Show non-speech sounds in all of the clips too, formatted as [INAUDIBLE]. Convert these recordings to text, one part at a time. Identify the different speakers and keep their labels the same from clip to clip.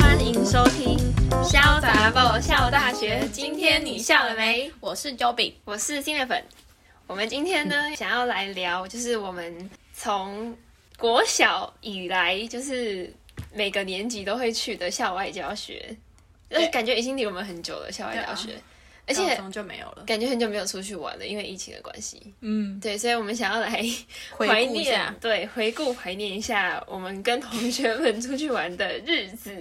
Speaker 1: 欢迎收听《潇
Speaker 2: 洒
Speaker 1: 洒
Speaker 2: 爆
Speaker 1: 爆笑
Speaker 2: 笑大
Speaker 1: 大
Speaker 2: 学
Speaker 1: 学》，
Speaker 2: 今
Speaker 1: 今
Speaker 2: 天
Speaker 1: 天
Speaker 2: 你
Speaker 1: 你
Speaker 2: 笑
Speaker 1: 笑
Speaker 2: 了
Speaker 1: 了
Speaker 2: 没
Speaker 1: 没？
Speaker 2: 我是 Joey，
Speaker 1: 我是金月粉。我们今天呢，想要来聊，就是我们从国小以来，就是每个年级都会去的校外教学，
Speaker 2: 对
Speaker 1: 呃，感觉已经离我们很久了校外
Speaker 2: 对啊
Speaker 1: 教学，而
Speaker 2: 而
Speaker 1: 且
Speaker 2: 就没有了。
Speaker 1: 感觉很久没有出去玩了，因为疫情的关系。
Speaker 2: 嗯，
Speaker 1: 对，所以我们想要来
Speaker 2: 回顾一
Speaker 1: 念
Speaker 2: 下，，
Speaker 1: 对，回顾怀念一下我们跟同学们出去玩的日子。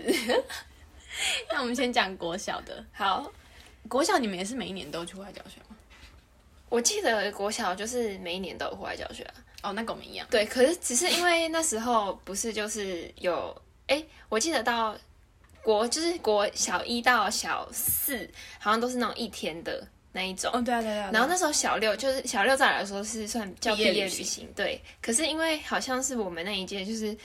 Speaker 2: 那我们先讲国小的。
Speaker 1: 好，
Speaker 2: 国小你们也是每一年都去户外教学吗？
Speaker 1: 我记得国小就是每一年都有户外教学啊，
Speaker 2: 哦，那跟我们一样。
Speaker 1: 对，可是只是因为那时候不是就是有，哎、我记得到国就是国小一到小四，好像都是那种一天的那一种。
Speaker 2: 哦，对啊，对啊。对啊
Speaker 1: 然后那时候小六就是小六，照理来说是算叫
Speaker 2: 毕
Speaker 1: 毕
Speaker 2: 业
Speaker 1: 业
Speaker 2: 旅
Speaker 1: 旅
Speaker 2: 行
Speaker 1: 行，对。可是因为好像是我们那一届就是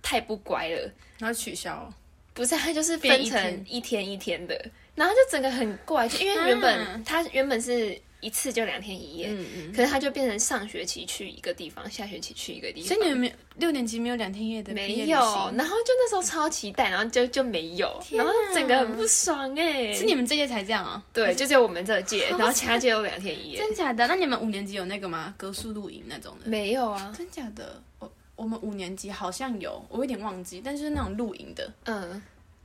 Speaker 1: 太不乖了，
Speaker 2: 然后取消了，
Speaker 1: 不是，它啊就是
Speaker 2: 变
Speaker 1: 分
Speaker 2: 一
Speaker 1: 成
Speaker 2: 天
Speaker 1: 一天一天的，然后就整个很怪，就因为原本、
Speaker 2: 啊
Speaker 1: 它原本是一次就两天一夜，
Speaker 2: 嗯嗯。
Speaker 1: 可是它就变成上学期去一个地方，下学期去一个地方，
Speaker 2: 所以你们没有六年级没有两天一夜的毕业
Speaker 1: 没
Speaker 2: 旅
Speaker 1: 有，
Speaker 2: 行，
Speaker 1: 然后就那时候超期待，然后就就没有，然后整个很不爽哎、
Speaker 2: 是你们这届才这样啊？
Speaker 1: 对，就只有我们这届，
Speaker 2: 好
Speaker 1: 然后其他届有两天一夜，
Speaker 2: 真假的？那你们五年级有那个吗？格数露营那种的？
Speaker 1: 没有啊，
Speaker 2: 真假的？我我们五年级好像有，我有点忘记，但就是那种露营的，
Speaker 1: 嗯，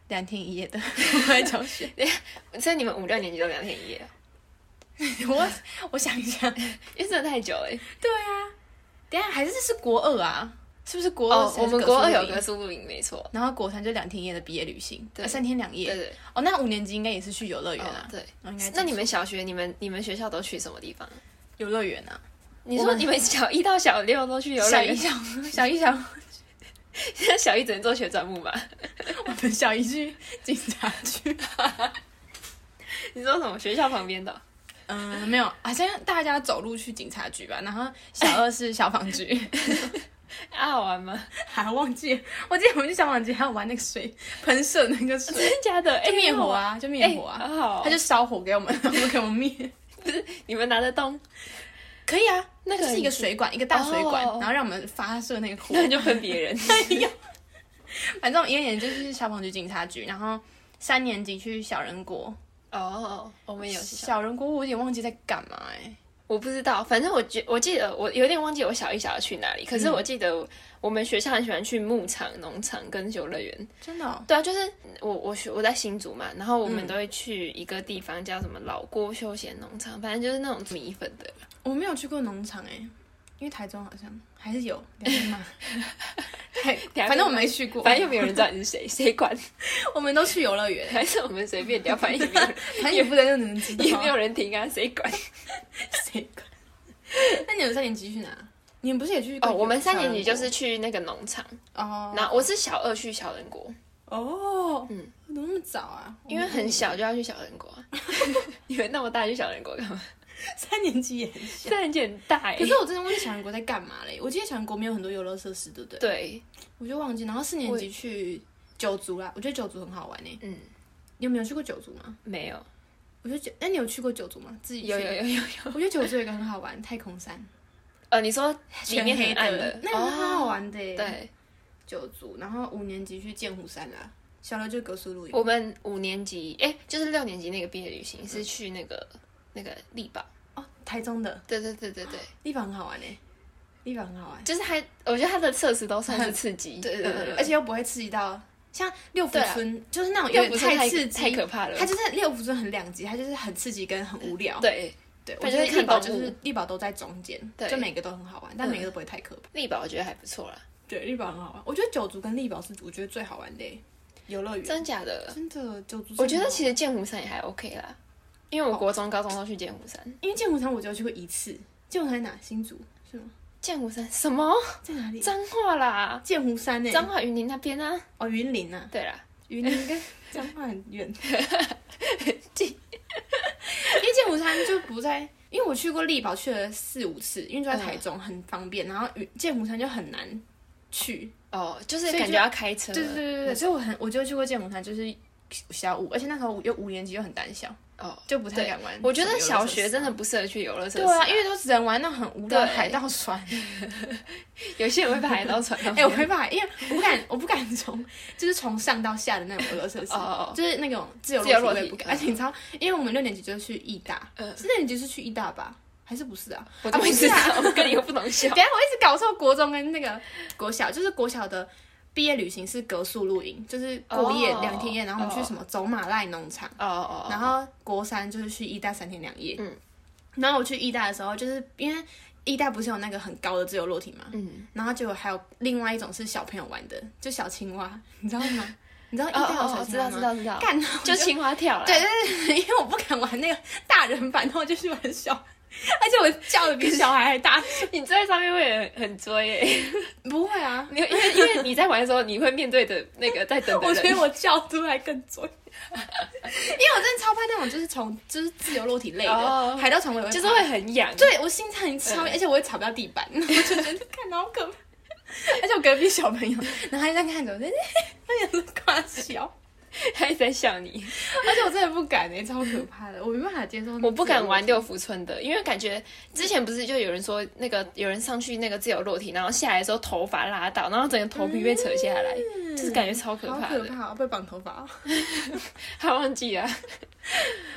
Speaker 2: 两天一夜 [LAUGHS] 的户外教学。
Speaker 1: 所以你们五六年级都两天一夜，啊
Speaker 2: 我我想一下，
Speaker 1: 因为真的太久了、
Speaker 2: 对啊，等一下还是这是国二啊？是不是国二
Speaker 1: 哦，
Speaker 2: 才
Speaker 1: 我
Speaker 2: 是格数露营？
Speaker 1: 们国二有格数露营，没错，
Speaker 2: 然后国三就两天一夜的毕业旅行，
Speaker 1: 对
Speaker 2: 呃三天两
Speaker 1: 对
Speaker 2: 夜。
Speaker 1: 对
Speaker 2: 哦，那五年级应该也是去游乐园
Speaker 1: 对、哦
Speaker 2: 啊，，
Speaker 1: 对。
Speaker 2: 哦应该
Speaker 1: 那
Speaker 2: 是
Speaker 1: 你们小学、你们你们学校都去什么地方？
Speaker 2: 游乐园啊，
Speaker 1: 你
Speaker 2: 我
Speaker 1: 说
Speaker 2: 们
Speaker 1: 你们小一到小六都去游乐
Speaker 2: 小一
Speaker 1: 园，
Speaker 2: 小小一小， [LAUGHS]
Speaker 1: 小一只能做旋转木马。
Speaker 2: 我们小一去警察 [LAUGHS] 局，
Speaker 1: [LAUGHS] 你说什么？学校旁边
Speaker 2: [LAUGHS]
Speaker 1: 的哦？
Speaker 2: 嗯，没有，好像大家走路去警察局吧，然后小二是消防 [LAUGHS] 局，
Speaker 1: 啊，好玩吗？
Speaker 2: 还忘记了，我记得我们去消防局还有玩那个水喷射那个 [LAUGHS] 水，
Speaker 1: 真假的？哎
Speaker 2: 就灭火！啊，就
Speaker 1: 哎，
Speaker 2: 灭
Speaker 1: 好
Speaker 2: 火啊，
Speaker 1: 好哦，
Speaker 2: 他就烧火给我们， [LAUGHS] 然后给我们灭。
Speaker 1: 你们拿得动，
Speaker 2: 可以啊，那
Speaker 1: 那
Speaker 2: 个
Speaker 1: 个
Speaker 2: 是一个水管，一个大水管，
Speaker 1: 哦
Speaker 2: 然后让我们发射 [LAUGHS] 那个火。
Speaker 1: 那就分别 [LAUGHS] 人。
Speaker 2: 反正我一年就是消防局、警察局，然后三年级去小人国。
Speaker 1: 哦，我们有学校，
Speaker 2: 小人国，我有点忘记在干嘛哎、
Speaker 1: 我不知道，反正我记我记得我有点忘记我小一小二去哪里，可是我记得我们学校很喜欢去牧场、农场跟游乐园。
Speaker 2: 真的、哦，
Speaker 1: 对啊，就是我我学我在新竹嘛，然后我们
Speaker 2: 嗯
Speaker 1: 都会去一个地方叫什么老郭休闲农场，反正就是那种米粉的。
Speaker 2: 我没有去过农场哎、因为台中好像还是有，两边 [LAUGHS] 嘛台
Speaker 1: 边骂
Speaker 2: 反正我没去过，
Speaker 1: 反正又没有人知道你是谁，谁管？
Speaker 2: 我们都去游乐园，
Speaker 1: 还是我们随便聊，反正也没有人， [LAUGHS]
Speaker 2: 反 [LAUGHS] 正也不能让人知道，
Speaker 1: 也没有人听啊，谁管？
Speaker 2: 谁管。那你们三年级去哪？你们不是也去过
Speaker 1: 哦，我们
Speaker 2: 小
Speaker 1: 三
Speaker 2: 人
Speaker 1: 年级
Speaker 2: 国
Speaker 1: 就是去那个农场，
Speaker 2: 哦，
Speaker 1: 然后我是小二去小人国，
Speaker 2: 哦，嗯
Speaker 1: 嗯，
Speaker 2: 怎么那么早啊？
Speaker 1: 因为很小就要去小人国啊。 [LAUGHS] 你们那么大去小人国干嘛？
Speaker 2: [LAUGHS] 三年级也很小。
Speaker 1: 这很简单欸。
Speaker 2: 可是我真的忘记小人国在干嘛嘞？我记得小人国没有很多游乐设施，对不对？
Speaker 1: 对，
Speaker 2: 我就忘记。然后四年级去九族啦，我觉得九族很好玩诶。
Speaker 1: 嗯，
Speaker 2: 你有没有去过九族吗？
Speaker 1: 没有，
Speaker 2: 我觉得九，哎那你有去过九族吗？自己去
Speaker 1: 有有。有有。
Speaker 2: 我觉得九族有一个很好玩，太
Speaker 1: [LAUGHS]
Speaker 2: 空山，
Speaker 1: 呃，你说里
Speaker 2: 全
Speaker 1: 面
Speaker 2: 黑
Speaker 1: 很暗的，
Speaker 2: 那个很好
Speaker 1: 哦。
Speaker 2: 玩的耶。
Speaker 1: 对，
Speaker 2: 九族，然后五年级去剑湖山啦，小六就格苏露营。
Speaker 1: 我们五年级，哎，就是六年级那个毕业旅行是去那个那个力宝，
Speaker 2: 哦，台中的
Speaker 1: 对对对对对，
Speaker 2: 地方很好玩诶，地方很好玩。
Speaker 1: 就是还我觉得它的设施都算是刺激，
Speaker 2: [LAUGHS] 对对对对，
Speaker 1: 嗯
Speaker 2: 而且又不会刺激到像六福
Speaker 1: 对啊
Speaker 2: 村，就是那种有
Speaker 1: 又
Speaker 2: 点
Speaker 1: 不是太
Speaker 2: 刺激
Speaker 1: 太可怕了
Speaker 2: 它。就是六福村很两极，它就是很刺激跟很无聊。
Speaker 1: 对，
Speaker 2: 对，我
Speaker 1: 反
Speaker 2: 觉
Speaker 1: 正
Speaker 2: 得
Speaker 1: 就是看
Speaker 2: 力宝
Speaker 1: 动
Speaker 2: 就
Speaker 1: 物
Speaker 2: 是力宝都在中间，
Speaker 1: 对
Speaker 2: 就每个都很好玩，但每个都不会太可怕。
Speaker 1: 力宝我觉得还不错啦，
Speaker 2: 对，力宝很好玩，我觉得九族跟力宝是我觉得最好玩的耶游乐园。
Speaker 1: 真假的？
Speaker 2: 真的九族是很好玩，
Speaker 1: 我觉得其实剑湖山也还 OK 啦，因为我国中、高中都去剑湖山。
Speaker 2: 因为剑湖山我只有去过一次，剑湖山在哪？新竹是吗？
Speaker 1: 剑湖山什么？
Speaker 2: 在哪里？
Speaker 1: 彰化啦，
Speaker 2: 剑湖山呢？
Speaker 1: 彰化云林那边啊。
Speaker 2: 哦，云林啊，
Speaker 1: 对啦，
Speaker 2: 云林 [LAUGHS] 跟彰化很 [LAUGHS] 远，很近。因为剑湖山就不在，因为我去过力宝去了四五次，因为就在台中，很方便。然后云剑湖山就很难去，
Speaker 1: 哦，就是
Speaker 2: 所以就
Speaker 1: 感觉要开车。
Speaker 2: 对对对对对，所以我很我就去过剑湖山，就是小五，而且那时候我又五年级又很胆小，
Speaker 1: 哦，
Speaker 2: 就不太敢玩。
Speaker 1: 我觉得小学真的。不适合去游乐设施
Speaker 2: 啊对
Speaker 1: 啊，
Speaker 2: 啊，因为都只能玩那种很无聊的
Speaker 1: 对
Speaker 2: 海盗船。
Speaker 1: 有些人会爬海盗船。啊 [LAUGHS]
Speaker 2: 哎、我没办法，因为我不敢，我不敢从就是从上到下的那种游乐设施
Speaker 1: 哦哦哦
Speaker 2: [LAUGHS] 就是那种自由
Speaker 1: 自由
Speaker 2: 落
Speaker 1: 落
Speaker 2: 体我也
Speaker 1: 体
Speaker 2: 不敢。
Speaker 1: 嗯
Speaker 2: 而且你知道，因为我们六年级就是去艺大，
Speaker 1: 嗯
Speaker 2: 是六年级是去艺大吧？还是不是啊？
Speaker 1: 我
Speaker 2: 啊
Speaker 1: 怎
Speaker 2: 不
Speaker 1: 么
Speaker 2: 是
Speaker 1: 知道
Speaker 2: 啊？？
Speaker 1: 我跟你又不同校 [LAUGHS]
Speaker 2: 等一。下我一直搞错国中跟那个国小，就是国小的毕业旅行是隔宿露营，就是过夜
Speaker 1: 哦
Speaker 2: 两天一夜，然后我们去
Speaker 1: 哦
Speaker 2: 什么走马濑农场。
Speaker 1: 哦哦，
Speaker 2: 然后国三就是去义大三天两夜。
Speaker 1: 嗯，
Speaker 2: 然后我去义大的时候，就是因为义大不是有那个很高的自由落体嘛，
Speaker 1: 嗯，
Speaker 2: 然后结果还有另外一种是小朋友玩的，就小青蛙，你知道吗？ [LAUGHS] 你知道义
Speaker 1: 哦
Speaker 2: 大有
Speaker 1: 哦
Speaker 2: 小
Speaker 1: 哦，知
Speaker 2: 青蛙
Speaker 1: 道
Speaker 2: 吗？
Speaker 1: 知道知道，
Speaker 2: 干，
Speaker 1: 就青蛙跳了。
Speaker 2: 对对对，因为我不敢玩那个大人版，然后我就去玩小，而且我叫的比小孩还大。
Speaker 1: 你坐在上面会很很追欸 [LAUGHS] 诶，
Speaker 2: 不会啊，
Speaker 1: 你因为因为你在玩的时候，你会面对的那个在 [LAUGHS] 等的
Speaker 2: 我觉得
Speaker 1: 人。
Speaker 2: 我叫出来更
Speaker 1: [LAUGHS]
Speaker 2: 准，因为我真的超怕那种就是从就是自由落体类的、
Speaker 1: 哦
Speaker 2: 海盗船，我也
Speaker 1: 就是
Speaker 2: 怕
Speaker 1: 会很痒，
Speaker 2: 对我心脏很超，而且我会踩不到地板， [LAUGHS] 我就觉得看好可怕。 [LAUGHS] 而且我隔壁小朋友， [LAUGHS] 然后他就在看着我，哎他也是夸笑，
Speaker 1: 他一直在笑你。
Speaker 2: 而且我真的不敢哎、超可怕的，我没办法接受。
Speaker 1: 我不敢玩六福村的，因为感觉之前不是就有人说那个有人上去那个自由落体，然后下来的时候头发拉到，然后整个头皮被扯下来，就是感觉超可
Speaker 2: 嗯好
Speaker 1: 怕
Speaker 2: 可
Speaker 1: 的。
Speaker 2: 怕、哦，被绑头发哦、
Speaker 1: 他忘记了，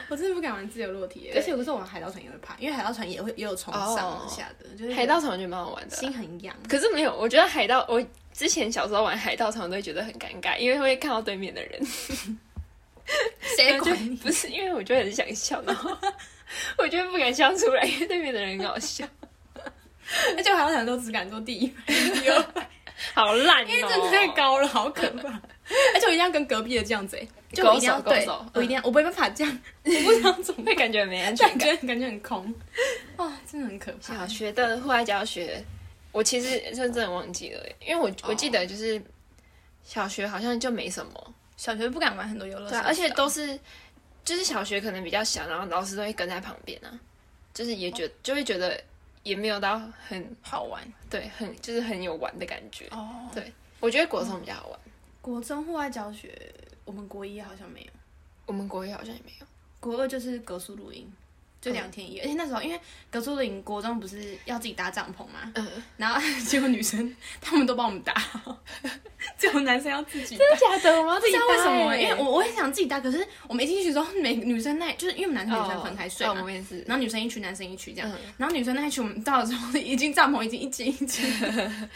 Speaker 2: 我真的不敢玩自由落体、欸，
Speaker 1: 对
Speaker 2: 而且有时候玩海盗船也会怕，因为海盗船也会也有从上往下的，就是
Speaker 1: 海盗船我觉得蛮好玩的啦，
Speaker 2: 心很痒。
Speaker 1: 可是没有，我觉得海盗我。之前小时候玩海盗船都会觉得很尴尬，因为会看到对面的人，
Speaker 2: 谁
Speaker 1: 就
Speaker 2: [LAUGHS] 管你？
Speaker 1: 不是因为我就很想笑，然后我就不敢笑出来，因为对面的人很好笑，
Speaker 2: 而且海盗船都只敢坐第一排、第二排，
Speaker 1: 好烂哦、
Speaker 2: 因为真的太高了，好可怕。 [LAUGHS] 而且我一定要跟隔壁的这 [LAUGHS] 样子、欸，就我一定要
Speaker 1: 勾手勾
Speaker 2: 对
Speaker 1: 手，
Speaker 2: 我一定要，我没办法这 [LAUGHS] 样，我不知道怎么
Speaker 1: 会感觉没安全
Speaker 2: 感
Speaker 1: 感。
Speaker 2: 觉感觉很空，哦，真的很可怕
Speaker 1: 小。学的户外教学，我其实是真的忘记了欸耶，因为我我记
Speaker 2: 哦
Speaker 1: 得就是小学好像就没什么，
Speaker 2: 小学不敢玩很多游乐
Speaker 1: 对
Speaker 2: 设
Speaker 1: 啊、
Speaker 2: 施啊，
Speaker 1: 而且都是就是小学可能比较小，然后老师都会跟在旁边啊，就是也
Speaker 2: 哦
Speaker 1: 觉就会觉得也没有到很
Speaker 2: 好玩
Speaker 1: 对很就是很有玩的感觉。
Speaker 2: 哦。
Speaker 1: 对我觉得国中比较好玩，
Speaker 2: 国中户外教学，我们国一好像没有，
Speaker 1: 我们国语好像也没有。
Speaker 2: 国二就是格宿露营。就两天一夜，而且那时候因为格宿露营，国中不是要自己搭帐篷嘛，
Speaker 1: 嗯，
Speaker 2: 然后 [LAUGHS] 结果女生他们都帮我们搭好， [LAUGHS] 只有男生要自己搭。
Speaker 1: 真的假的？我们要
Speaker 2: 不
Speaker 1: 自己
Speaker 2: 知
Speaker 1: 哦
Speaker 2: 道为什么欸，因为
Speaker 1: 我
Speaker 2: 我我也想自己搭，可是我们一进去之后，每女生那就是因为我们男生女生分开睡嘛，
Speaker 1: 哦我们也是。
Speaker 2: 然后女生一区，男生一区这样。
Speaker 1: 嗯
Speaker 2: 然后女生那一区，我们到了之后，已经帐篷已经一间一
Speaker 1: [LAUGHS]
Speaker 2: 间了，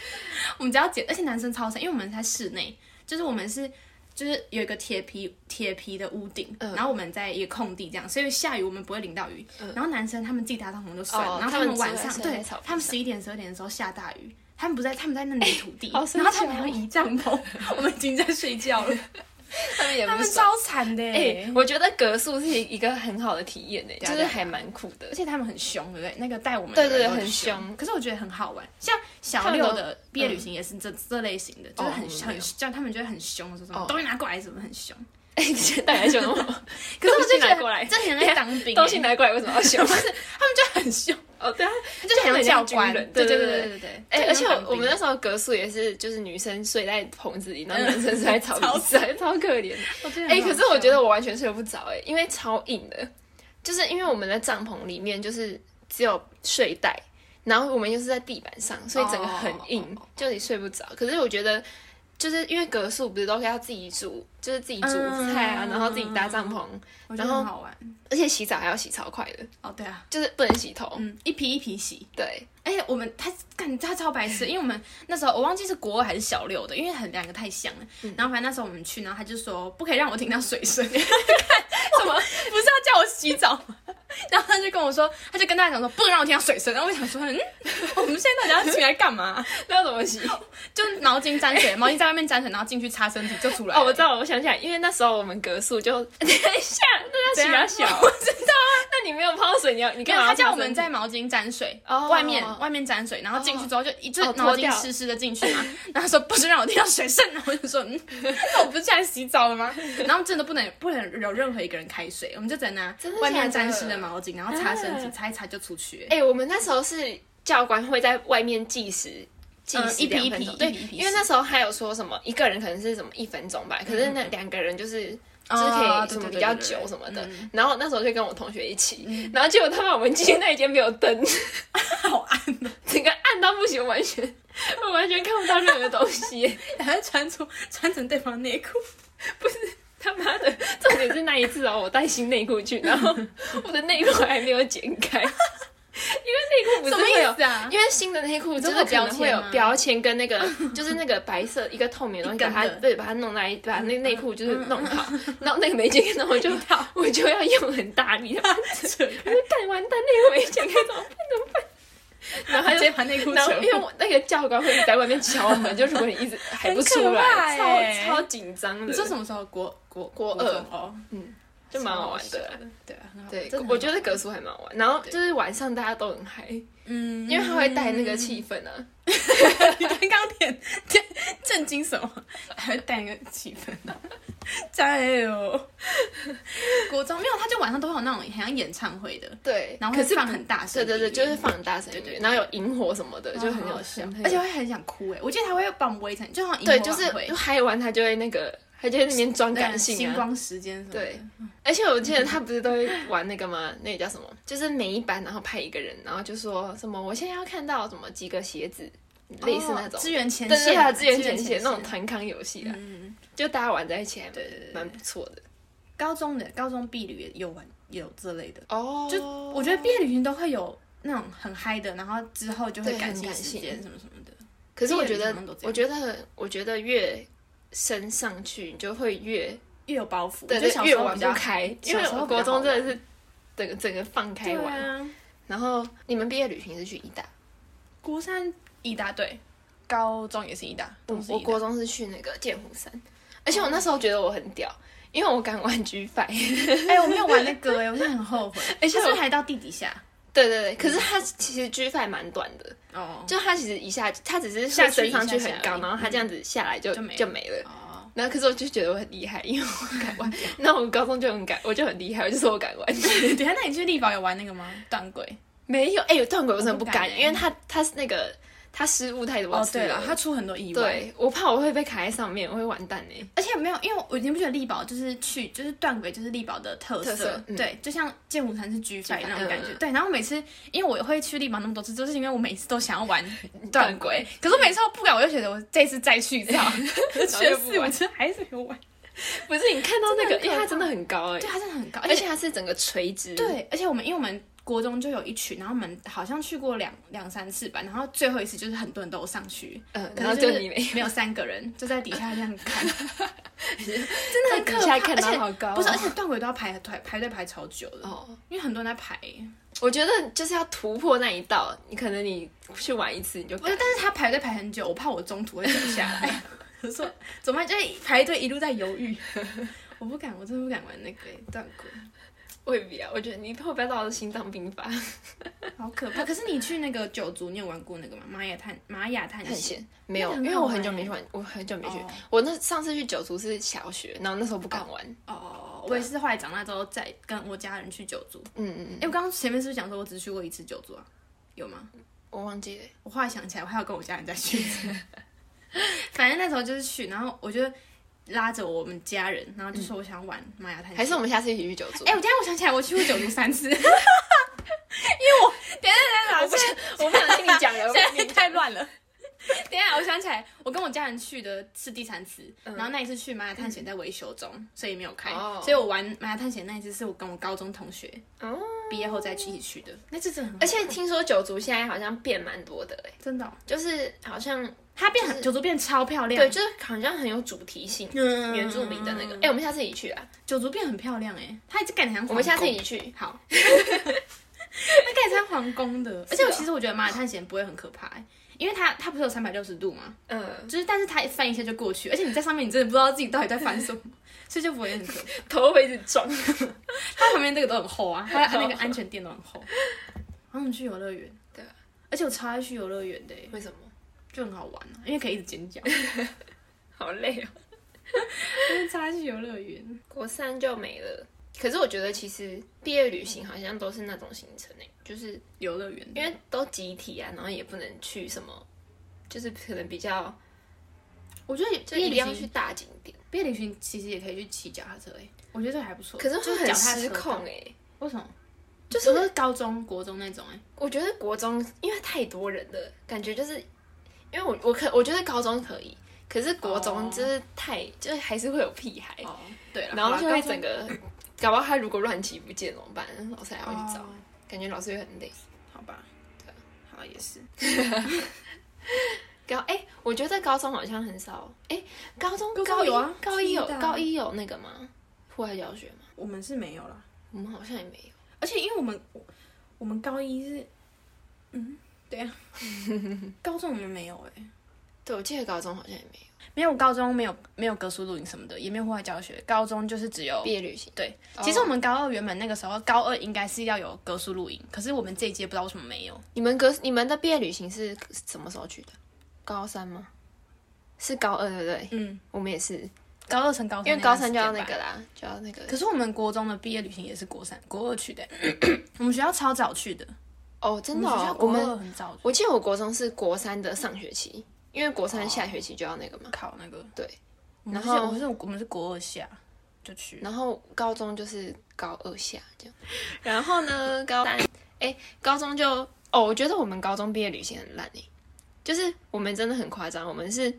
Speaker 2: 我们只要捡，而且男生超省，因为我们在室内，就是我们是。就是有一个铁皮铁皮的屋顶，
Speaker 1: 嗯
Speaker 2: 然后我们在一个空地这样，所以下雨我们不会淋到雨。然后男生他们自己搭帐篷就算了，
Speaker 1: 哦
Speaker 2: 然后
Speaker 1: 他们
Speaker 2: 们晚上
Speaker 1: 只会睡在
Speaker 2: 对
Speaker 1: 草，
Speaker 2: 他们十一点十二点的时候下大雨，他们不在，他们在那里土地，
Speaker 1: [LAUGHS] 好生
Speaker 2: 然后他们
Speaker 1: 气
Speaker 2: 还
Speaker 1: 哦
Speaker 2: 要移帐篷， [LAUGHS] 我们已经在睡觉了，
Speaker 1: 他们也不
Speaker 2: 他们
Speaker 1: 爽
Speaker 2: 超惨的、欸
Speaker 1: 哎、我觉得格数是一个很好的体验呢、
Speaker 2: 对啊
Speaker 1: 就是
Speaker 2: 对啊
Speaker 1: 还蛮酷的
Speaker 2: 而。且他们很凶，对不对？那个带我们
Speaker 1: 对
Speaker 2: 的
Speaker 1: 对
Speaker 2: 人
Speaker 1: 对
Speaker 2: 都
Speaker 1: 很凶
Speaker 2: 可是我觉得很好玩，像小
Speaker 1: 他们
Speaker 2: 六
Speaker 1: 都
Speaker 2: 的毕业旅行也是这、这类型的，就是很、
Speaker 1: 哦没
Speaker 2: 很
Speaker 1: 有
Speaker 2: 叫他们觉得很凶，说什么、
Speaker 1: 哦
Speaker 2: 东西拿过来，什么很凶。
Speaker 1: 哎、 [LAUGHS] 欸，大家凶我，
Speaker 2: [LAUGHS] 可是我就
Speaker 1: 东西
Speaker 2: 觉
Speaker 1: 拿过来
Speaker 2: 得这很像在当
Speaker 1: [LAUGHS]
Speaker 2: 兵、
Speaker 1: 东西
Speaker 2: 欸
Speaker 1: 拿过来为什么要凶？
Speaker 2: 他们就很凶，
Speaker 1: [LAUGHS] 哦，对啊，
Speaker 2: [LAUGHS] 就很像教官
Speaker 1: 军人。
Speaker 2: 对
Speaker 1: 对
Speaker 2: 对
Speaker 1: 对
Speaker 2: 对
Speaker 1: 对
Speaker 2: 对
Speaker 1: 对
Speaker 2: 对对。
Speaker 1: 哎、
Speaker 2: 就
Speaker 1: 而
Speaker 2: 很
Speaker 1: 且
Speaker 2: 像当
Speaker 1: 我
Speaker 2: 兵
Speaker 1: 们那时候格数也是，就是女生睡在棚子里，然后男生睡在草
Speaker 2: 草
Speaker 1: 地上，嗯 [LAUGHS] 超可怜。
Speaker 2: 我觉得
Speaker 1: 哎、
Speaker 2: 很好
Speaker 1: 可是我觉
Speaker 2: 笑
Speaker 1: 得我完全睡不着哎、因为超硬的，就是因为我们的帐篷里面就是只有睡袋，然后我们又是在地板上，所以整个很硬
Speaker 2: 哦哦哦
Speaker 1: 就你睡不着。可是我觉得，就是因为格数不是都要自己煮，就是自己煮
Speaker 2: 嗯
Speaker 1: 菜啊，然后自己搭帐篷，
Speaker 2: 我觉得
Speaker 1: 然后
Speaker 2: 很好玩。
Speaker 1: 而且洗澡还要洗超快的，
Speaker 2: 哦，对啊，
Speaker 1: 就是不能洗头。
Speaker 2: 嗯，一批一批洗。
Speaker 1: 对，
Speaker 2: 而哎且我们他干他超白痴，因为我们那时候我忘记是国二还是小六的，因为很两个太像了。然后反正那时候我们去，然后他就说不可以让我听到水声， [LAUGHS] 看什么不是要叫我洗澡吗？然后他就跟我说，他就跟大家讲说不能让我听到水声。然后我想说，嗯，我们现在到底要进来干嘛？
Speaker 1: 那要怎么洗？
Speaker 2: [LAUGHS] 就毛巾沾 [LAUGHS] 水，毛巾在外面沾水，然后进去擦身体就出来了。
Speaker 1: 哦，我知道了，我想起来，因为那时候我们格数就 [LAUGHS] 等一下，那
Speaker 2: 怎
Speaker 1: 要
Speaker 2: 样
Speaker 1: 洗 [LAUGHS] 较小，
Speaker 2: 我知道啊，
Speaker 1: 那你没有泡水，你要你
Speaker 2: 没
Speaker 1: 干
Speaker 2: 有，
Speaker 1: 嘛要
Speaker 2: 啊他叫
Speaker 1: 擦
Speaker 2: 我们
Speaker 1: 身
Speaker 2: 在毛巾沾水，
Speaker 1: 哦
Speaker 2: 外面外面沾水，然后进去之后就一就是
Speaker 1: 哦
Speaker 2: 毛
Speaker 1: 脱
Speaker 2: 巾
Speaker 1: 掉
Speaker 2: 湿湿的进去嘛，然后他说不是让我听到水声，然后我就说
Speaker 1: [LAUGHS]
Speaker 2: 嗯，那我不是进来洗澡了吗？ [LAUGHS] 然后真的不能不能有任何一个人开水，我们就只能拿
Speaker 1: 真的
Speaker 2: 外面
Speaker 1: 假
Speaker 2: 沾
Speaker 1: 的
Speaker 2: 湿的毛巾，然后擦身体，
Speaker 1: 啊
Speaker 2: 擦一擦就出去。
Speaker 1: 哎、我们那时候是教官会在外面计时计
Speaker 2: 嗯
Speaker 1: 时
Speaker 2: 一批
Speaker 1: 两
Speaker 2: 一
Speaker 1: 分钟，
Speaker 2: 批
Speaker 1: 对
Speaker 2: 一批一，批嗯
Speaker 1: 因为那时候还有说什么一个人可能是什么一分钟吧，可是那两个人就是就是可
Speaker 2: 哦
Speaker 1: 以什么比较久什么的，
Speaker 2: 嗯
Speaker 1: [LAUGHS] 然后那时候就跟我同学一起，然后结果他妈我们今天那一间没有灯，
Speaker 2: 好
Speaker 1: 啊
Speaker 2: 暗的，
Speaker 1: 整个暗到不行，完全我完全看不到任何东西。
Speaker 2: 然后穿出穿成对方内裤，
Speaker 1: 他妈的，重点是那一次哦，我带新内裤去，然后我的内裤还没有剪开，因为内裤不是
Speaker 2: 什么
Speaker 1: 会有
Speaker 2: 意思啊
Speaker 1: 因为新的内裤真
Speaker 2: 你
Speaker 1: 的
Speaker 2: 都会有
Speaker 1: 可能会有
Speaker 2: 标签吗
Speaker 1: 标签跟那个，
Speaker 2: [LAUGHS]
Speaker 1: 就是那个白色一个透明的东西，
Speaker 2: 一根
Speaker 1: 把
Speaker 2: 的嗯
Speaker 1: 它对把它弄来，把那个内裤就是弄好，然后那个没剪开，然后
Speaker 2: [LAUGHS]
Speaker 1: 我就我就要用很大力，我
Speaker 2: 扯 [LAUGHS] 开，
Speaker 1: 就干完蛋内裤没剪开怎么办？
Speaker 2: [LAUGHS]
Speaker 1: 怎么办？然后他
Speaker 2: 直
Speaker 1: 就
Speaker 2: 接把内裤
Speaker 1: 然后
Speaker 2: 扯
Speaker 1: 因为我那个教官会一直在外面敲门，就如果你一
Speaker 2: [LAUGHS]
Speaker 1: 直还不出
Speaker 2: 很可怕
Speaker 1: 来，
Speaker 2: 欸
Speaker 1: 超超紧张的。
Speaker 2: 你说什么时候？国国
Speaker 1: 国
Speaker 2: 中
Speaker 1: 二
Speaker 2: 哦，
Speaker 1: 就蛮好玩的
Speaker 2: 超
Speaker 1: 啊
Speaker 2: 笑。对啊，很好
Speaker 1: 对
Speaker 2: 真的，很
Speaker 1: 我觉
Speaker 2: 好
Speaker 1: 得格叔还蛮好玩。然后就是晚上大家都很嗨，
Speaker 2: 嗯，
Speaker 1: 因为他会带那个气氛啊。
Speaker 2: 你刚刚点点震惊什么？还会带一个气氛的、
Speaker 1: 啊
Speaker 2: 加油！国中没有，他就晚上都会有那种很像演唱会的，
Speaker 1: 对，
Speaker 2: 然后
Speaker 1: 可
Speaker 2: 会
Speaker 1: 是
Speaker 2: 放很大
Speaker 1: 对
Speaker 2: 声的
Speaker 1: 对
Speaker 2: 音
Speaker 1: 对，
Speaker 2: 乐，
Speaker 1: 就是放很大声音乐，然后有萤火什么的，就很
Speaker 2: 好
Speaker 1: 有
Speaker 2: 好
Speaker 1: 趣
Speaker 2: 笑，
Speaker 1: 而
Speaker 2: 而且
Speaker 1: 且
Speaker 2: 会哦很想哭哎！我记得他会把我们围成，就好像
Speaker 1: 对，
Speaker 2: 萤火
Speaker 1: 就是
Speaker 2: 晚会
Speaker 1: 嗨完他就会那个，他就在那边装
Speaker 2: 那
Speaker 1: 感
Speaker 2: 个
Speaker 1: 性
Speaker 2: 星
Speaker 1: 啊。
Speaker 2: 光时间什么的
Speaker 1: 对，而且我记得他不是都会玩那个吗？那个叫什么？就是每一班然后派一个人，然后就说什么我现在要看到什么几个鞋子，类似那
Speaker 2: 哦
Speaker 1: 种。
Speaker 2: 支援前
Speaker 1: 对
Speaker 2: 线，
Speaker 1: 对对，资源
Speaker 2: 前
Speaker 1: 前线那种啊
Speaker 2: 线
Speaker 1: 团康游戏啦，
Speaker 2: 嗯，
Speaker 1: 就大家玩在一起还
Speaker 2: 对对对
Speaker 1: 蛮不错的
Speaker 2: 高中的高中毕旅也有玩也有这类的，
Speaker 1: 哦
Speaker 2: 就我觉得毕业旅行都会有那种很嗨的，然后之后就会
Speaker 1: 对
Speaker 2: 感
Speaker 1: 很
Speaker 2: 性
Speaker 1: 感
Speaker 2: 时
Speaker 1: 性
Speaker 2: 间什么什么的。
Speaker 1: 可是我觉
Speaker 2: 毕业
Speaker 1: 得
Speaker 2: 旅行好像都这，样
Speaker 1: 我觉得，我觉得越升上去，你就会越
Speaker 2: 越有包袱，
Speaker 1: 对
Speaker 2: 就
Speaker 1: 对
Speaker 2: 小时
Speaker 1: 越
Speaker 2: 候
Speaker 1: 玩
Speaker 2: 比
Speaker 1: 不
Speaker 2: 较
Speaker 1: 开，因为
Speaker 2: 小时候
Speaker 1: 我
Speaker 2: 比较
Speaker 1: 国中
Speaker 2: 好
Speaker 1: 真
Speaker 2: 玩
Speaker 1: 的是整个整个放开
Speaker 2: 对
Speaker 1: 玩。
Speaker 2: 啊，
Speaker 1: 然后你们毕业旅行是去宜大，
Speaker 2: 国三嗯一大队，高中也是一大，
Speaker 1: 我
Speaker 2: 都是
Speaker 1: 我
Speaker 2: 一大
Speaker 1: 国中是去那个剑湖山，而且我那时候觉得我很屌，因为我敢玩 G f
Speaker 2: 哎、我没有玩那个哎、我哎现在很后 [LAUGHS] 悔，
Speaker 1: 而且
Speaker 2: 它是不
Speaker 1: 我
Speaker 2: 是还到地底下
Speaker 1: [LAUGHS] 对对对，可是它其实 G f 蛮短的，
Speaker 2: 哦，
Speaker 1: 就它其实一下它只是
Speaker 2: 下
Speaker 1: 下
Speaker 2: 去
Speaker 1: 升上去
Speaker 2: 一下
Speaker 1: 很
Speaker 2: 下而
Speaker 1: 高，
Speaker 2: 已嗯
Speaker 1: 然后它这样子下来就
Speaker 2: 就没了
Speaker 1: 就没了。
Speaker 2: 哦，
Speaker 1: 然后可是我就觉得我很厉害，因为我敢
Speaker 2: 嗯
Speaker 1: 玩。 [LAUGHS] 那我高中就很敢，我就很厉害，我就说我
Speaker 2: [LAUGHS]
Speaker 1: 敢玩。
Speaker 2: [LAUGHS] 等一下，那你去力宝有玩那个吗？断轨
Speaker 1: 没有，哎、有断轨我真的不
Speaker 2: 不
Speaker 1: 敢，
Speaker 2: 敢欸
Speaker 1: 因为他他是那个他失误太多
Speaker 2: 哦，
Speaker 1: 次
Speaker 2: 对了，
Speaker 1: 了，
Speaker 2: 它出很多意外，
Speaker 1: 对我怕我会被卡在上面，我会完蛋哎、
Speaker 2: 而且没有，因为我你不觉得力宝就是去就是断轨就是力宝的特色，
Speaker 1: 特色嗯
Speaker 2: 对，就像剑湖山是 G
Speaker 1: 饭
Speaker 2: Five 那种感觉，
Speaker 1: 嗯嗯
Speaker 2: 对。然后每次因为我会去力宝那么多次，就是因为我每次都想要玩断轨，
Speaker 1: [LAUGHS]
Speaker 2: 可是我每次都不敢，我就觉得我这次再去一次好了，
Speaker 1: 然
Speaker 2: 学
Speaker 1: 后就不
Speaker 2: 四
Speaker 1: 玩
Speaker 2: 五次 [LAUGHS] 还是有玩，
Speaker 1: 不是你看到那个，
Speaker 2: 真
Speaker 1: 因
Speaker 2: 的很可怕
Speaker 1: 为它真的很高哎、
Speaker 2: 对，它真的很高，欸
Speaker 1: 而且它是整个垂直，，
Speaker 2: 对，而且我们因为我们国中就有一群，然后我们好像去过两两三次吧，然后最后一次就是很多人都有上去，
Speaker 1: 嗯、
Speaker 2: 可
Speaker 1: 然后
Speaker 2: 能
Speaker 1: 就是你没有，
Speaker 2: 没有三个人，就在底下这样看，
Speaker 1: [LAUGHS] 真
Speaker 2: 很可
Speaker 1: 底下
Speaker 2: 怕，
Speaker 1: 看
Speaker 2: 而
Speaker 1: 到
Speaker 2: 且
Speaker 1: 好高哦、
Speaker 2: 不是，而且断轨都要排排排队排超久的，
Speaker 1: 哦，
Speaker 2: 因为很多人在排。
Speaker 1: 我觉得就是要突破那一道，你可能你去玩一次你就
Speaker 2: 不是，但是他排队排很久，我怕我中途会走下
Speaker 1: [LAUGHS]
Speaker 2: 来。我说怎么办？就是排队一路在犹豫， [LAUGHS] 我不敢，我真的不敢玩那个断轨，
Speaker 1: 未必啊。我觉得你会不会到心脏病发？
Speaker 2: 好可怕。可是你去那个九族，你有玩过那个吗？玛雅探玛雅探
Speaker 1: 探
Speaker 2: 险
Speaker 1: 险没有，
Speaker 2: 那个
Speaker 1: 因
Speaker 2: 很
Speaker 1: 为
Speaker 2: 好
Speaker 1: 我
Speaker 2: 玩
Speaker 1: 很久没
Speaker 2: 欸
Speaker 1: 去玩，我很久没去。
Speaker 2: 哦
Speaker 1: 我那上次去九族是小学，然后那时候不敢玩。
Speaker 2: 哦，我也
Speaker 1: 啊
Speaker 2: 是后来长大之后再跟我家人去九族。
Speaker 1: 嗯嗯嗯，
Speaker 2: 哎、我刚刚前面是不是讲说我只去过一次九族啊？有吗？
Speaker 1: 我忘记了。
Speaker 2: 我后来想起来，我还要跟我家人再去一次。 [LAUGHS] 反正那时候就是去，然后我就拉着我们家人，然后就说我想玩玛雅探险。
Speaker 1: 还是我们下次一起去九族？
Speaker 2: 哎、我今天我想起来，我去过九族三次，因为我等一下等一下等一 [LAUGHS] 下，
Speaker 1: 哎 [LAUGHS] 我不想听你讲了，我不想
Speaker 2: 现在太乱了。等一下，我想起来，我跟我家人去的是第三次，然后那一次去玛雅探险在维修中，所以没有开，
Speaker 1: 哦
Speaker 2: 所以我玩玛雅探险那一次是我跟我高中同学
Speaker 1: 哦
Speaker 2: 毕业后再去一起去的，那次真的很好，
Speaker 1: 而且听说九族现在好像变蛮多的、欸，
Speaker 2: 真的哦、
Speaker 1: 就是好像
Speaker 2: 它变很九族变超漂亮，
Speaker 1: 对，就是好像很有主题性，
Speaker 2: 嗯，
Speaker 1: 原住民的那个。哎、我们下次一起去啊！
Speaker 2: 九族变很漂亮哎、它一直盖得很像
Speaker 1: 我们下次
Speaker 2: 皇
Speaker 1: 一
Speaker 2: 宫
Speaker 1: 起去。 [LAUGHS]
Speaker 2: 好。它盖得像皇宫的，而且我
Speaker 1: 是哦
Speaker 2: 其实我觉得马尔探险不会很可怕、欸，因为它它不是有三百六十度吗？
Speaker 1: 嗯，
Speaker 2: 就是，但是它翻一下就过去，而且你在上面，你真的不知道自己到底在翻什
Speaker 1: [LAUGHS]
Speaker 2: 么，所以就不会很可怕。
Speaker 1: 头会一直撞。
Speaker 2: 它旁边那个都很厚啊，
Speaker 1: [LAUGHS]
Speaker 2: 它它那个安全垫都很厚。然后我们去游乐园，
Speaker 1: 对啊，
Speaker 2: 而且我超爱去游乐园的欸，
Speaker 1: 为什么？
Speaker 2: 就很好玩啊，因为可以一直尖
Speaker 1: [LAUGHS]
Speaker 2: 叫，
Speaker 1: 好累哦。
Speaker 2: 因为超爱去游乐园。
Speaker 1: 国三就没了。可是我觉得其实毕业旅行好像都是那种行程诶、就是
Speaker 2: 游乐园，
Speaker 1: 因为都集体啊，然后也不能去什么，就是可能比较
Speaker 2: 我觉得
Speaker 1: 就
Speaker 2: 毕业
Speaker 1: 一定
Speaker 2: 旅
Speaker 1: 要去
Speaker 2: 行，
Speaker 1: 大景点，
Speaker 2: 毕业旅行其实也可以去骑脚踏车诶、欸我觉得这还不错。
Speaker 1: 可是
Speaker 2: 就
Speaker 1: 会
Speaker 2: 脚
Speaker 1: 很
Speaker 2: 踏
Speaker 1: 失
Speaker 2: 车
Speaker 1: 控
Speaker 2: 道
Speaker 1: 哎、
Speaker 2: 为什么？
Speaker 1: 就
Speaker 2: 我
Speaker 1: 是
Speaker 2: 都是高中、国中那种欸诶、
Speaker 1: 我觉得国中因为太多人了，感觉就是因为我我可我觉得高中可以，可是国中
Speaker 2: 哦
Speaker 1: 就是太、就是还是会有屁孩，
Speaker 2: 哦，对了，
Speaker 1: 然后
Speaker 2: 好啦
Speaker 1: 就会
Speaker 2: 高中
Speaker 1: 整个，搞不好他如果乱骑不见怎么办？老师还要去找，
Speaker 2: 哦
Speaker 1: 感觉老师会很累。
Speaker 2: 好吧，对，啊好也是。
Speaker 1: 高哎、我觉得高中好像很少，哎、高中
Speaker 2: 高中
Speaker 1: 一
Speaker 2: 有啊
Speaker 1: 高一有
Speaker 2: 清大
Speaker 1: 高一有那个吗？户外教学吗？
Speaker 2: 我们是没有啦，
Speaker 1: 我们好像也没有。
Speaker 2: 而且因为我们我我们高一是，嗯，对 [LAUGHS] 啊，高中我们没有欸诶、
Speaker 1: 对，我记得高中好像也没有
Speaker 2: 没有高中没有没有格数露营什么的，也没有户外教学，高中就是只有
Speaker 1: 毕业旅行。
Speaker 2: 对，
Speaker 1: 哦
Speaker 2: 其实我们高二原本那个时候，高二应该是要有格数露营，可是我们这一届不知道为什么没有。
Speaker 1: 你们隔你们的毕业旅行是什么时候去的？高三吗？是高二对不对？
Speaker 2: 嗯，
Speaker 1: 我们也是，
Speaker 2: 高二升高三，
Speaker 1: 因为高三就要那个。啦，就要那个
Speaker 2: 可是我们国中的毕业旅行也是国三、国二
Speaker 1: [COUGHS]
Speaker 2: 去的、我们学校超早去的，
Speaker 1: 哦，真的
Speaker 2: 我们学校
Speaker 1: 哦、我
Speaker 2: 国
Speaker 1: 们
Speaker 2: 二很早
Speaker 1: 我记得我国中是国三的上学期，因为国三下学期就要那个嘛。
Speaker 2: 考那个，
Speaker 1: 对，
Speaker 2: 我们
Speaker 1: 然后
Speaker 2: 是我们是我们是国二下就去，
Speaker 1: 然后高中就是高二下这样， [LAUGHS] 然后呢，高三，哎，高中就哦，我觉得我们高中毕业旅行很烂诶，就是我们真的很夸张，我们是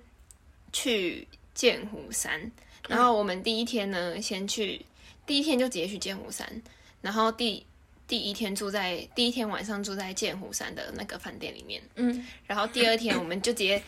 Speaker 1: 去剑湖山，然后我们第一天呢，先去第一天就直接去剑湖山，然后第第一天住在第一天晚上住在剑湖山的那个饭店里面，
Speaker 2: 嗯，
Speaker 1: 然后第二天我们就直接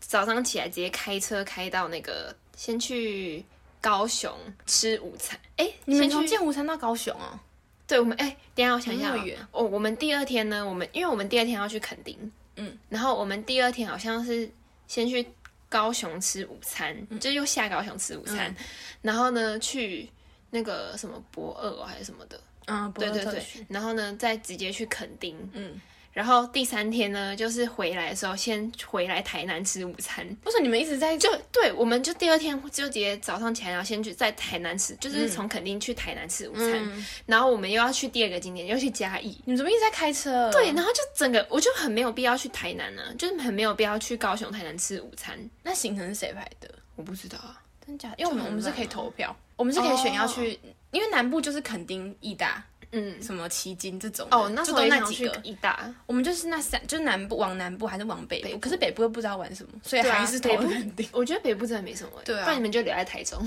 Speaker 1: 早上起来直接开车开到那个，先去高雄吃午餐。哎，
Speaker 2: 你们
Speaker 1: 先
Speaker 2: 从
Speaker 1: 去
Speaker 2: 剑湖山到高雄哦，
Speaker 1: 对我们哎，等一下我想一下
Speaker 2: 那
Speaker 1: 哦
Speaker 2: 么远
Speaker 1: 哦，我们第二天呢，我们因为我们第二天要去垦丁，
Speaker 2: 嗯，
Speaker 1: 然后我们第二天好像是先去高雄吃午餐，
Speaker 2: 嗯
Speaker 1: 就又下高雄吃午餐，然后呢去那个什么博二、哦、还是什么的，
Speaker 2: 嗯，
Speaker 1: 对对
Speaker 2: 博尔特
Speaker 1: 对
Speaker 2: 区，，
Speaker 1: 然后呢再直接去垦丁，
Speaker 2: 嗯，
Speaker 1: 然后第三天呢，就是回来的时候先回来台南吃午餐。
Speaker 2: 为什么你们一直在
Speaker 1: 就对，我们就第二天就直接早上起来，然后先去在台南吃，就是从垦丁去台南吃午餐，
Speaker 2: 嗯
Speaker 1: 然后我们又要去第二个景点，又去嘉义。
Speaker 2: 你们怎么一直在开车？
Speaker 1: 对，，然后就整个我就很没有必要去台南啊，就是很没有必要去高雄、台南吃午餐。
Speaker 2: 那行程是谁排的？
Speaker 1: 我不知道啊，
Speaker 2: 真假的？因为我们
Speaker 1: 就很
Speaker 2: 我们是
Speaker 1: 乱
Speaker 2: 可以
Speaker 1: 啊
Speaker 2: 投票，我们是可以选
Speaker 1: 哦
Speaker 2: 要去，因为南部就是垦丁、义大、
Speaker 1: 嗯，
Speaker 2: 什么旗津这种的，
Speaker 1: 哦，那时
Speaker 2: 就
Speaker 1: 候
Speaker 2: 都
Speaker 1: 也
Speaker 2: 那
Speaker 1: 想要
Speaker 2: 几
Speaker 1: 去
Speaker 2: 个。
Speaker 1: 一大，
Speaker 2: 我们就是那三，就是南部往南部还是往北部？
Speaker 1: 北部
Speaker 2: 可是北部又不知道玩什么，所以
Speaker 1: 对啊
Speaker 2: 还是投
Speaker 1: 北部
Speaker 2: 垦丁。
Speaker 1: 我觉得北部真的没什么、欸，
Speaker 2: 对啊
Speaker 1: 不然你们就留在台中。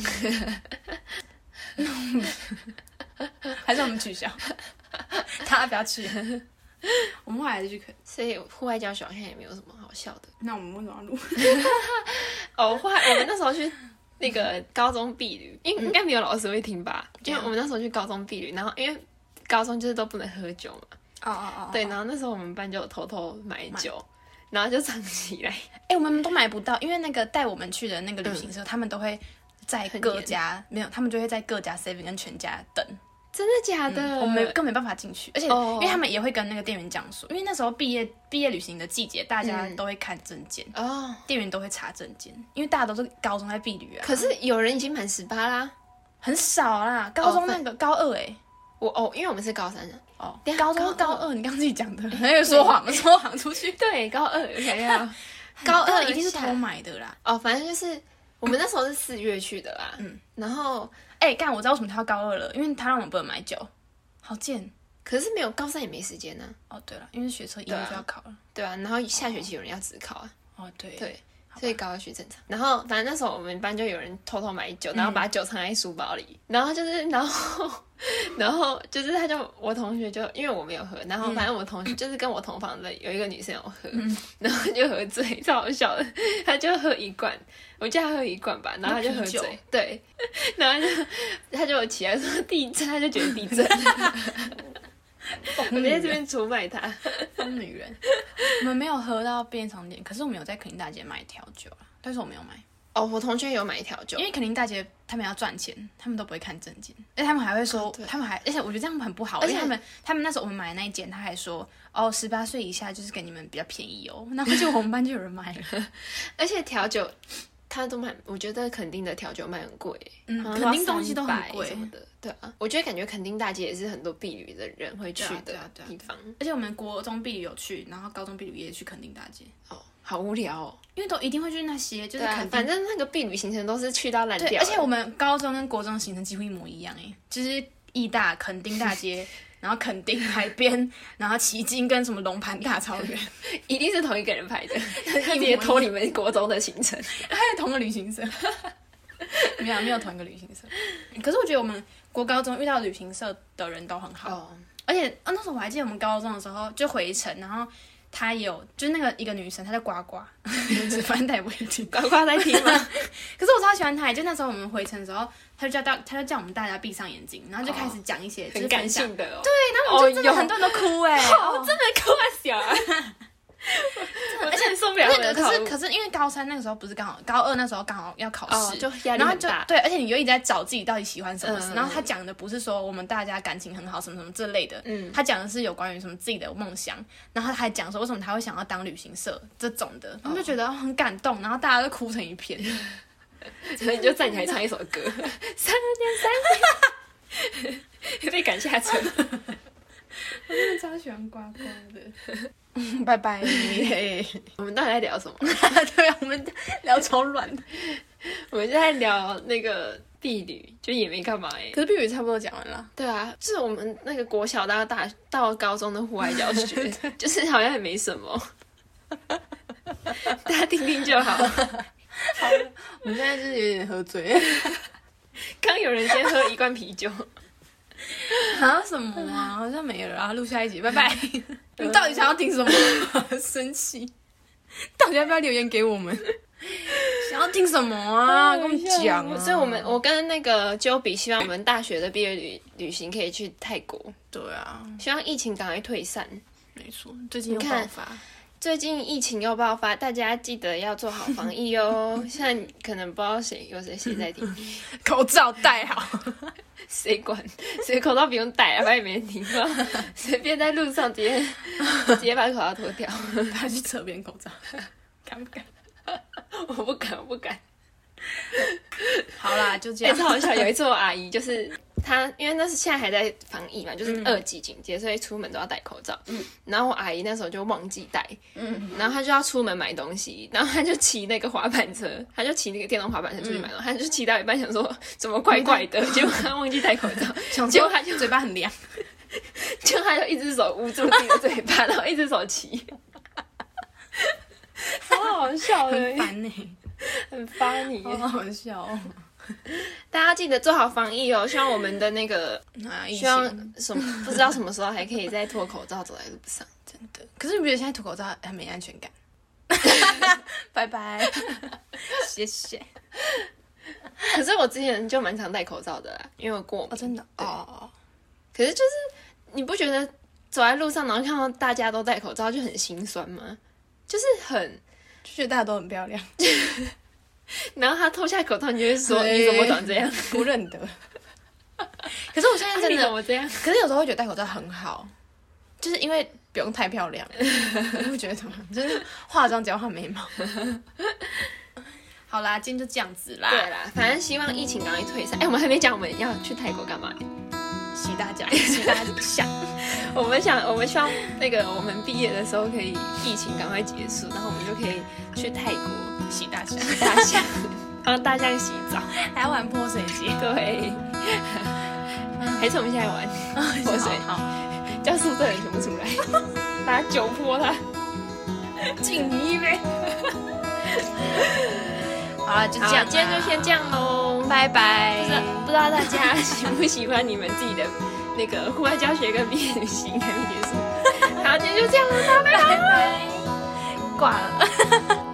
Speaker 2: [LAUGHS] 还是我们取 [LAUGHS] 消，大家不要去。 [LAUGHS] 我们后来还是去垦，
Speaker 1: 所以户外教学好像也没有什么好笑的。
Speaker 2: 那我们为什么要录？
Speaker 1: 哦，后来我们那时候去那个高中避旅，应应该没有老师会听吧？因为我们那时候去高中避旅，然后因为高中就是都不能喝酒嘛，
Speaker 2: 哦哦哦，
Speaker 1: 对，然后那时候我们班就有偷偷买酒，然后就藏起来，
Speaker 2: 哎、我们都买不到，因为那个带我们去的那个旅行社，他们都会在
Speaker 1: 很
Speaker 2: 各
Speaker 1: 严
Speaker 2: 家没有，他们就会在各家 seven 跟全家等，
Speaker 1: [LAUGHS] 真的假的？
Speaker 2: 我们没更没办法进去，而且
Speaker 1: 哦
Speaker 2: 因为他们也会跟那个店员讲说，因为那时候毕业毕业旅行的季节，大家
Speaker 1: 嗯
Speaker 2: 都会看证件，
Speaker 1: 哦，
Speaker 2: 店员都会查证件，因为大家都是高中在毕旅啊，
Speaker 1: 可是有人已经满十八啦。
Speaker 2: 很少啦，高中那个、高二哎、
Speaker 1: 我哦，因为我们是高三的，
Speaker 2: 哦
Speaker 1: 等一，下
Speaker 2: 高中
Speaker 1: 高
Speaker 2: 高
Speaker 1: 二
Speaker 2: 二，你刚自己 [LAUGHS] 讲的，还有说谎，说谎出去。
Speaker 1: [LAUGHS] 对，高二有想要高二
Speaker 2: 一定是
Speaker 1: 下
Speaker 2: 偷买的啦。
Speaker 1: [LAUGHS] 哦，反正就是我们那时候是四月去的啦，嗯，然后
Speaker 2: [LAUGHS] 哎、干，我知道为什么他要高二了，因为他让我们不能买酒，好贱。
Speaker 1: 可是没有高三也没时间呢、
Speaker 2: 哦，对了，因为学车一
Speaker 1: 对啊
Speaker 2: 月就要考了。
Speaker 1: 对啊，然后下学期有人要自考啊，
Speaker 2: 哦，对，
Speaker 1: 对，所以高二去正常。然后反正那时候我们班就有人偷偷买酒，
Speaker 2: 嗯
Speaker 1: 然后把酒藏在书包里，然后就是然后 [LAUGHS] 然后就是他就我同学就因为我没有喝，然
Speaker 2: 嗯
Speaker 1: 后反正我同学、就是跟我同房的有一个女生有喝，然后就喝醉，超好笑的， [LAUGHS] 他就喝一罐，我叫他喝一罐吧，然后他就喝
Speaker 2: 啤酒
Speaker 1: 醉，对， [LAUGHS] 然后就他就起来说地震，他就觉得地
Speaker 2: [LAUGHS]
Speaker 1: 震，我
Speaker 2: 疯
Speaker 1: 们
Speaker 2: 女
Speaker 1: 在这
Speaker 2: 人，
Speaker 1: 边出卖他。
Speaker 2: 疯女人。 [LAUGHS] 我们没有喝到便利商店，可是我们有在肯尼大街买调酒啊，但是我没有买，
Speaker 1: 哦，我同学有买一条酒
Speaker 2: 因，为肯尼大街他们要赚钱，他们都不会看证件，而且他们还会说，
Speaker 1: 啊对
Speaker 2: 他们还，而且我觉得这样很不好，
Speaker 1: 而且
Speaker 2: 因为他们他们那时候我们买的那一间，他还说，哦，十八岁以下就是给你们比较便宜哦， [LAUGHS] 然后就我们班就有人买
Speaker 1: [LAUGHS]
Speaker 2: 了。
Speaker 1: 而且调酒，它都卖，我觉得垦丁的调酒卖很贵，
Speaker 2: 嗯
Speaker 1: 好像
Speaker 2: 垦丁
Speaker 1: 要
Speaker 2: 东西都很
Speaker 1: 300
Speaker 2: 贵
Speaker 1: 什么的。对啊，我觉得感觉垦丁大街也是很多避旅的人会去
Speaker 2: 对啊对
Speaker 1: 的
Speaker 2: 啊对啊
Speaker 1: 地方。
Speaker 2: 而且我们国中毕旅有去，然后高中毕旅也去垦丁大街。
Speaker 1: 哦，好无聊哦。
Speaker 2: 因为都一定会去那些，就是
Speaker 1: 对啊
Speaker 2: 肯，定
Speaker 1: 反正那个避旅行程都是去到烂掉
Speaker 2: 对，
Speaker 1: 了。
Speaker 2: 而且我们高中跟国中的行程几乎一模一样哎、就是义大、垦丁
Speaker 1: [LAUGHS]
Speaker 2: 大街，然后垦丁海边，然后旗津跟什么龙盘大草原，
Speaker 1: 一定是同一个人
Speaker 2: [LAUGHS]
Speaker 1: 拍的， [LAUGHS] 他直
Speaker 2: 模一
Speaker 1: 接
Speaker 2: 样
Speaker 1: 偷你们国中的行程。
Speaker 2: 还有同个旅行社， [LAUGHS] 没有没有同一个旅行社。可是我觉得我们国高中遇到旅行社的人都很 [LAUGHS] 好，
Speaker 1: 哦，
Speaker 2: 而且啊那时候我还记得我们高中的时候就回程，然后她有就是那个一个女生，她叫呱呱， [LAUGHS] 反正她也不会听。
Speaker 1: 嗯呱呱在听吗？
Speaker 2: [LAUGHS] 可是我超喜欢他，就那时候我们回程的时候，他就叫大，他就叫我们大家闭上眼睛，然后就开始讲一些、就是
Speaker 1: [LAUGHS] 很
Speaker 2: 分
Speaker 1: 感
Speaker 2: 享。
Speaker 1: 性的哦。
Speaker 2: 对，然后我们就真的
Speaker 1: 哦哟
Speaker 2: 很多人都哭哎、
Speaker 1: 我真的哭啊小啊！我 [LAUGHS] 真的受不了我
Speaker 2: 那
Speaker 1: 的
Speaker 2: 个
Speaker 1: 套
Speaker 2: 可是
Speaker 1: 路
Speaker 2: 可是因为高三那个时候不是刚好高二那时候刚好要考
Speaker 1: 哦，
Speaker 2: 试，
Speaker 1: 就压力
Speaker 2: 然后
Speaker 1: 很
Speaker 2: 就
Speaker 1: 大。
Speaker 2: 对，而且你又一直在找自己到底喜欢什么事。
Speaker 1: 嗯
Speaker 2: 然后他讲的不是说我们大家感情很好什么什么这类的，
Speaker 1: 嗯
Speaker 2: 他讲的是有关于什么自己的梦想。然后他还讲说为什么他会想要当旅行社这种的，我们就觉得很感动，然后大家都哭成一片。
Speaker 1: 所以你就站起来唱一首歌，三年三年，被赶下车。
Speaker 2: 真的超喜欢呱呱的。 [LAUGHS] 拜 [LAUGHS] 拜。
Speaker 1: 我们到底在聊什么？
Speaker 2: 对啊，我们聊超乱的。
Speaker 1: 我们就在聊那个婢女，就也没干嘛哎、
Speaker 2: 可是碧宇差不多讲完了。
Speaker 1: 对啊，就是我们那个国小到大到高中的户外教学，就是好像也没什么，大家听听就好。
Speaker 2: 我们现在就是有点喝醉。
Speaker 1: 刚有人先喝一罐啤酒，
Speaker 2: 啊什么啊？好像没了啊，录下一集，拜拜。 [LAUGHS] 你到底想要听什么？生气。 [LAUGHS] 到底要不要留言给我们？ [LAUGHS] 想要听什么啊？跟我们讲啊。
Speaker 1: 所以我们我跟那个 Joe 比，希望我们大学的毕业旅旅行可以去泰国，
Speaker 2: 对啊，
Speaker 1: 希望疫情赶快退散。
Speaker 2: 没错，最近有
Speaker 1: 你看
Speaker 2: 办法。
Speaker 1: 最近疫情又爆发，大家记得要做好防疫哦。现在可能不知道谁有谁谁在听，
Speaker 2: 口罩戴好。 [LAUGHS]
Speaker 1: 谁管？谁口罩不用戴啊，反正也没人听到，随便在路上直接直接把口罩脱掉。
Speaker 2: 他去扯别人口罩，敢不敢？
Speaker 1: 我不敢，我不敢。
Speaker 2: 好啦，就这
Speaker 1: 哎、
Speaker 2: 样。
Speaker 1: 超好笑！有一次我阿姨就是她，因为那是现在还在防疫嘛，就是二级警戒，所以出门都要戴口罩。嗯，然后我阿姨那时候就忘记戴，嗯，然后她就要出门买东西，然后她就骑那个滑板车，她就骑那个电动滑板车出去买东西，她就骑到一半想说怎么怪怪的，结果她忘记戴口罩，
Speaker 2: 想
Speaker 1: 结
Speaker 2: 结
Speaker 1: 果
Speaker 2: 果
Speaker 1: 他
Speaker 2: 他 [LAUGHS] 就嘴巴很凉。
Speaker 1: 就她就一只手捂住自己的嘴巴，然后一只手骑。超 [LAUGHS] 好笑欸的，
Speaker 2: 很烦呢、
Speaker 1: 很发你。
Speaker 2: [LAUGHS] 好好笑哦。
Speaker 1: 大家记得做好防疫哦，希望我们的那个
Speaker 2: 啊，疫
Speaker 1: 希望什么不知道什么时候还可以再脱口罩走在路上。
Speaker 2: 真的，可是你不觉得现在涂口罩很没安全感？拜拜， [LAUGHS] 谢谢。
Speaker 1: 可是我之前就蛮常戴口罩的啦，因为我过
Speaker 2: 哦，
Speaker 1: 敏。
Speaker 2: 真的
Speaker 1: 对
Speaker 2: 哦，
Speaker 1: 可是就是你不觉得走在路上，然后看到大家都戴口罩就很心酸吗？就是很，
Speaker 2: 就觉得大家都很漂 [LAUGHS] 亮，
Speaker 1: 然后他脱下口罩，你就会说
Speaker 2: 对
Speaker 1: 你怎么长这样？
Speaker 2: 不认得。可是我现在真
Speaker 1: [LAUGHS] 你怎
Speaker 2: 的，
Speaker 1: 么这
Speaker 2: [LAUGHS]
Speaker 1: 样？
Speaker 2: 可是有时候会觉得戴口罩很好，就是因为不用太漂 [LAUGHS] 亮，你不觉得吗？就是化妆只要画眉毛。 [LAUGHS] 好啦，今天就这样子啦，
Speaker 1: 对啦，反正希望疫情赶快退散。哎、我们还没讲我们要去泰国
Speaker 2: [LAUGHS]
Speaker 1: 干嘛、
Speaker 2: 洗大家， [LAUGHS] 洗大家。
Speaker 1: 我们想，我们希望那个我们毕业的时候可以疫情赶快结束，然后我们就可以去泰国
Speaker 2: 洗大 [LAUGHS] 家，
Speaker 1: 大象，帮啊大象洗澡。
Speaker 2: 来玩泼水节，
Speaker 1: 对，还是我们现在玩 [LAUGHS] 泼水，
Speaker 2: 啊好。
Speaker 1: 叫宿舍人全部出来，
Speaker 2: [LAUGHS]
Speaker 1: 把酒泼他。
Speaker 2: 敬你一杯。 [LAUGHS] 好了，就
Speaker 1: 好啊
Speaker 2: 这样，，
Speaker 1: 今天就先这，样喽。
Speaker 2: 拜
Speaker 1: 不
Speaker 2: 拜
Speaker 1: 知。道不知道大家喜不喜欢你们自己的那个户外教学跟毕业旅
Speaker 2: [LAUGHS]
Speaker 1: 行还没结束。好，今天就这样了，拜拜。
Speaker 2: 拜拜，挂了。